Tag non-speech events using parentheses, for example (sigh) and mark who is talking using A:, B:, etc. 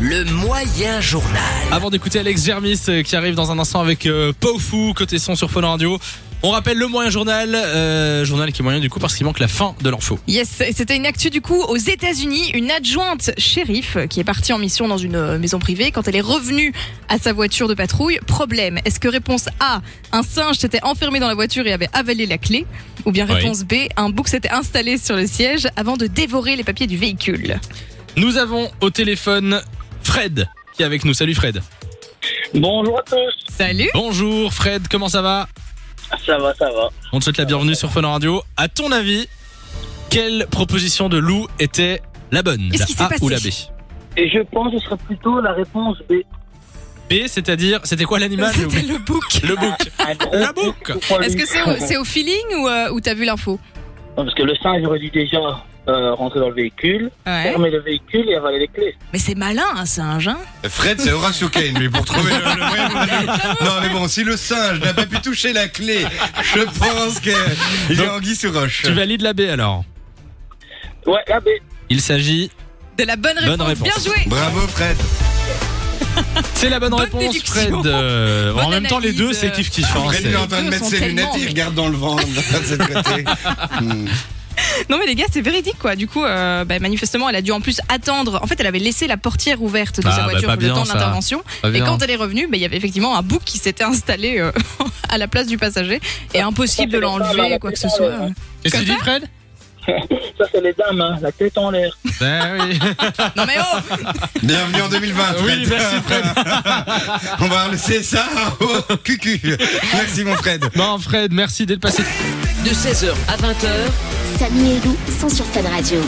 A: le moyen journal.
B: Avant d'écouter Alex Germis euh, qui arrive dans un instant avec euh, Pofou côté son sur Phone Radio. On rappelle le moyen journal, euh, journal qui est moyen du coup parce qu'il manque la fin de l'info.
C: Yes, et c'était une actu du coup aux États-Unis, une adjointe shérif qui est partie en mission dans une euh, maison privée quand elle est revenue à sa voiture de patrouille. Problème, est-ce que réponse A, un singe s'était enfermé dans la voiture et avait avalé la clé ou bien
B: Oui.
C: réponse B, un bouc s'était installé sur le siège avant de dévorer les papiers du véhicule.
B: Nous avons au téléphone Fred qui est avec nous. Salut Fred.
D: Bonjour à tous.
C: Salut.
B: Bonjour Fred, comment ça va
D: Ça va, ça va.
B: On te souhaite la bienvenue sur Phone Radio. À ton avis, quelle proposition de loup était la bonne
C: Qu'est-ce
B: La
C: qui s'est
B: A
C: passé
B: ou la B
D: Et je pense que ce sera plutôt la réponse B.
B: B, c'est-à-dire, c'était quoi l'animal j'ai
C: C'était
B: oublié
C: le bouc.
B: Le bouc.
D: Un gros
B: La boucle.
D: truc pour
C: Est-ce
D: lui.
C: que c'est au, c'est au feeling ou, euh, ou t'as vu l'info
D: Non, Parce que le singe aurait dû déjà euh, rentrer dans le véhicule,
C: Ouais.
D: fermer le véhicule et avaler les clés.
C: Mais c'est malin un singe, hein
E: Fred, c'est Horatio Kane, lui, pour trouver le, le moyen de
C: (laughs)
E: le- Non, mais bon, si le singe n'a pas pu toucher la clé, je pense qu'il est
B: Donc,
E: anguille sur roche.
B: Tu valides la B alors
D: Ouais, la B.
B: Il s'agit.
C: De la bonne réponse.
B: Bonne réponse.
C: Bien joué.
E: Bravo, Fred.
B: C'est la bonne,
C: Bonne
B: réponse,
C: déduction.
B: Fred. Euh,
C: Bonne
B: en même temps, les
C: analyse,
B: deux, c'est
C: euh.
B: kiff kiff. hein,
E: Fred,
B: c'est-
E: il est en train de
C: Deux
E: mettre
C: sont
E: ses
C: tellement-
E: lunettes, il regarde dans le ventre, de cette
B: (laughs)
E: côté. Hmm.
C: Non mais les gars, c'est véridique quoi. Du coup, euh, bah, manifestement, elle a dû en plus attendre. En fait, elle avait laissé la portière ouverte de
B: Ah,
C: sa
B: bah,
C: voiture
B: pas
C: pour le
B: bien,
C: temps de
B: ça.
C: l'intervention.
B: Pas
C: Et
B: bien.
C: quand elle est revenue, bah, il y avait effectivement un bouc qui s'était installé euh, (laughs) à la place du passager et impossible de
D: Ça, hein. c'est normal,
C: l'enlever
D: la
C: quoi que ce
D: plupart,
C: soit. euh.
D: ouais.
B: Qu'est-ce que tu dis, Fred
D: Ça, c'est les dames, hein, la tête en l'air.
B: Ben oui.
C: Non mais oh,
E: Bienvenue en 2020, Fred.
B: Oui, merci, Fred.
E: (laughs) On va laisser ça au cucu. Merci, mon Fred.
B: Non, Fred, merci d'être passé.
A: De 16h à 20h,
F: Samy et Lou sont sur Fan Radio.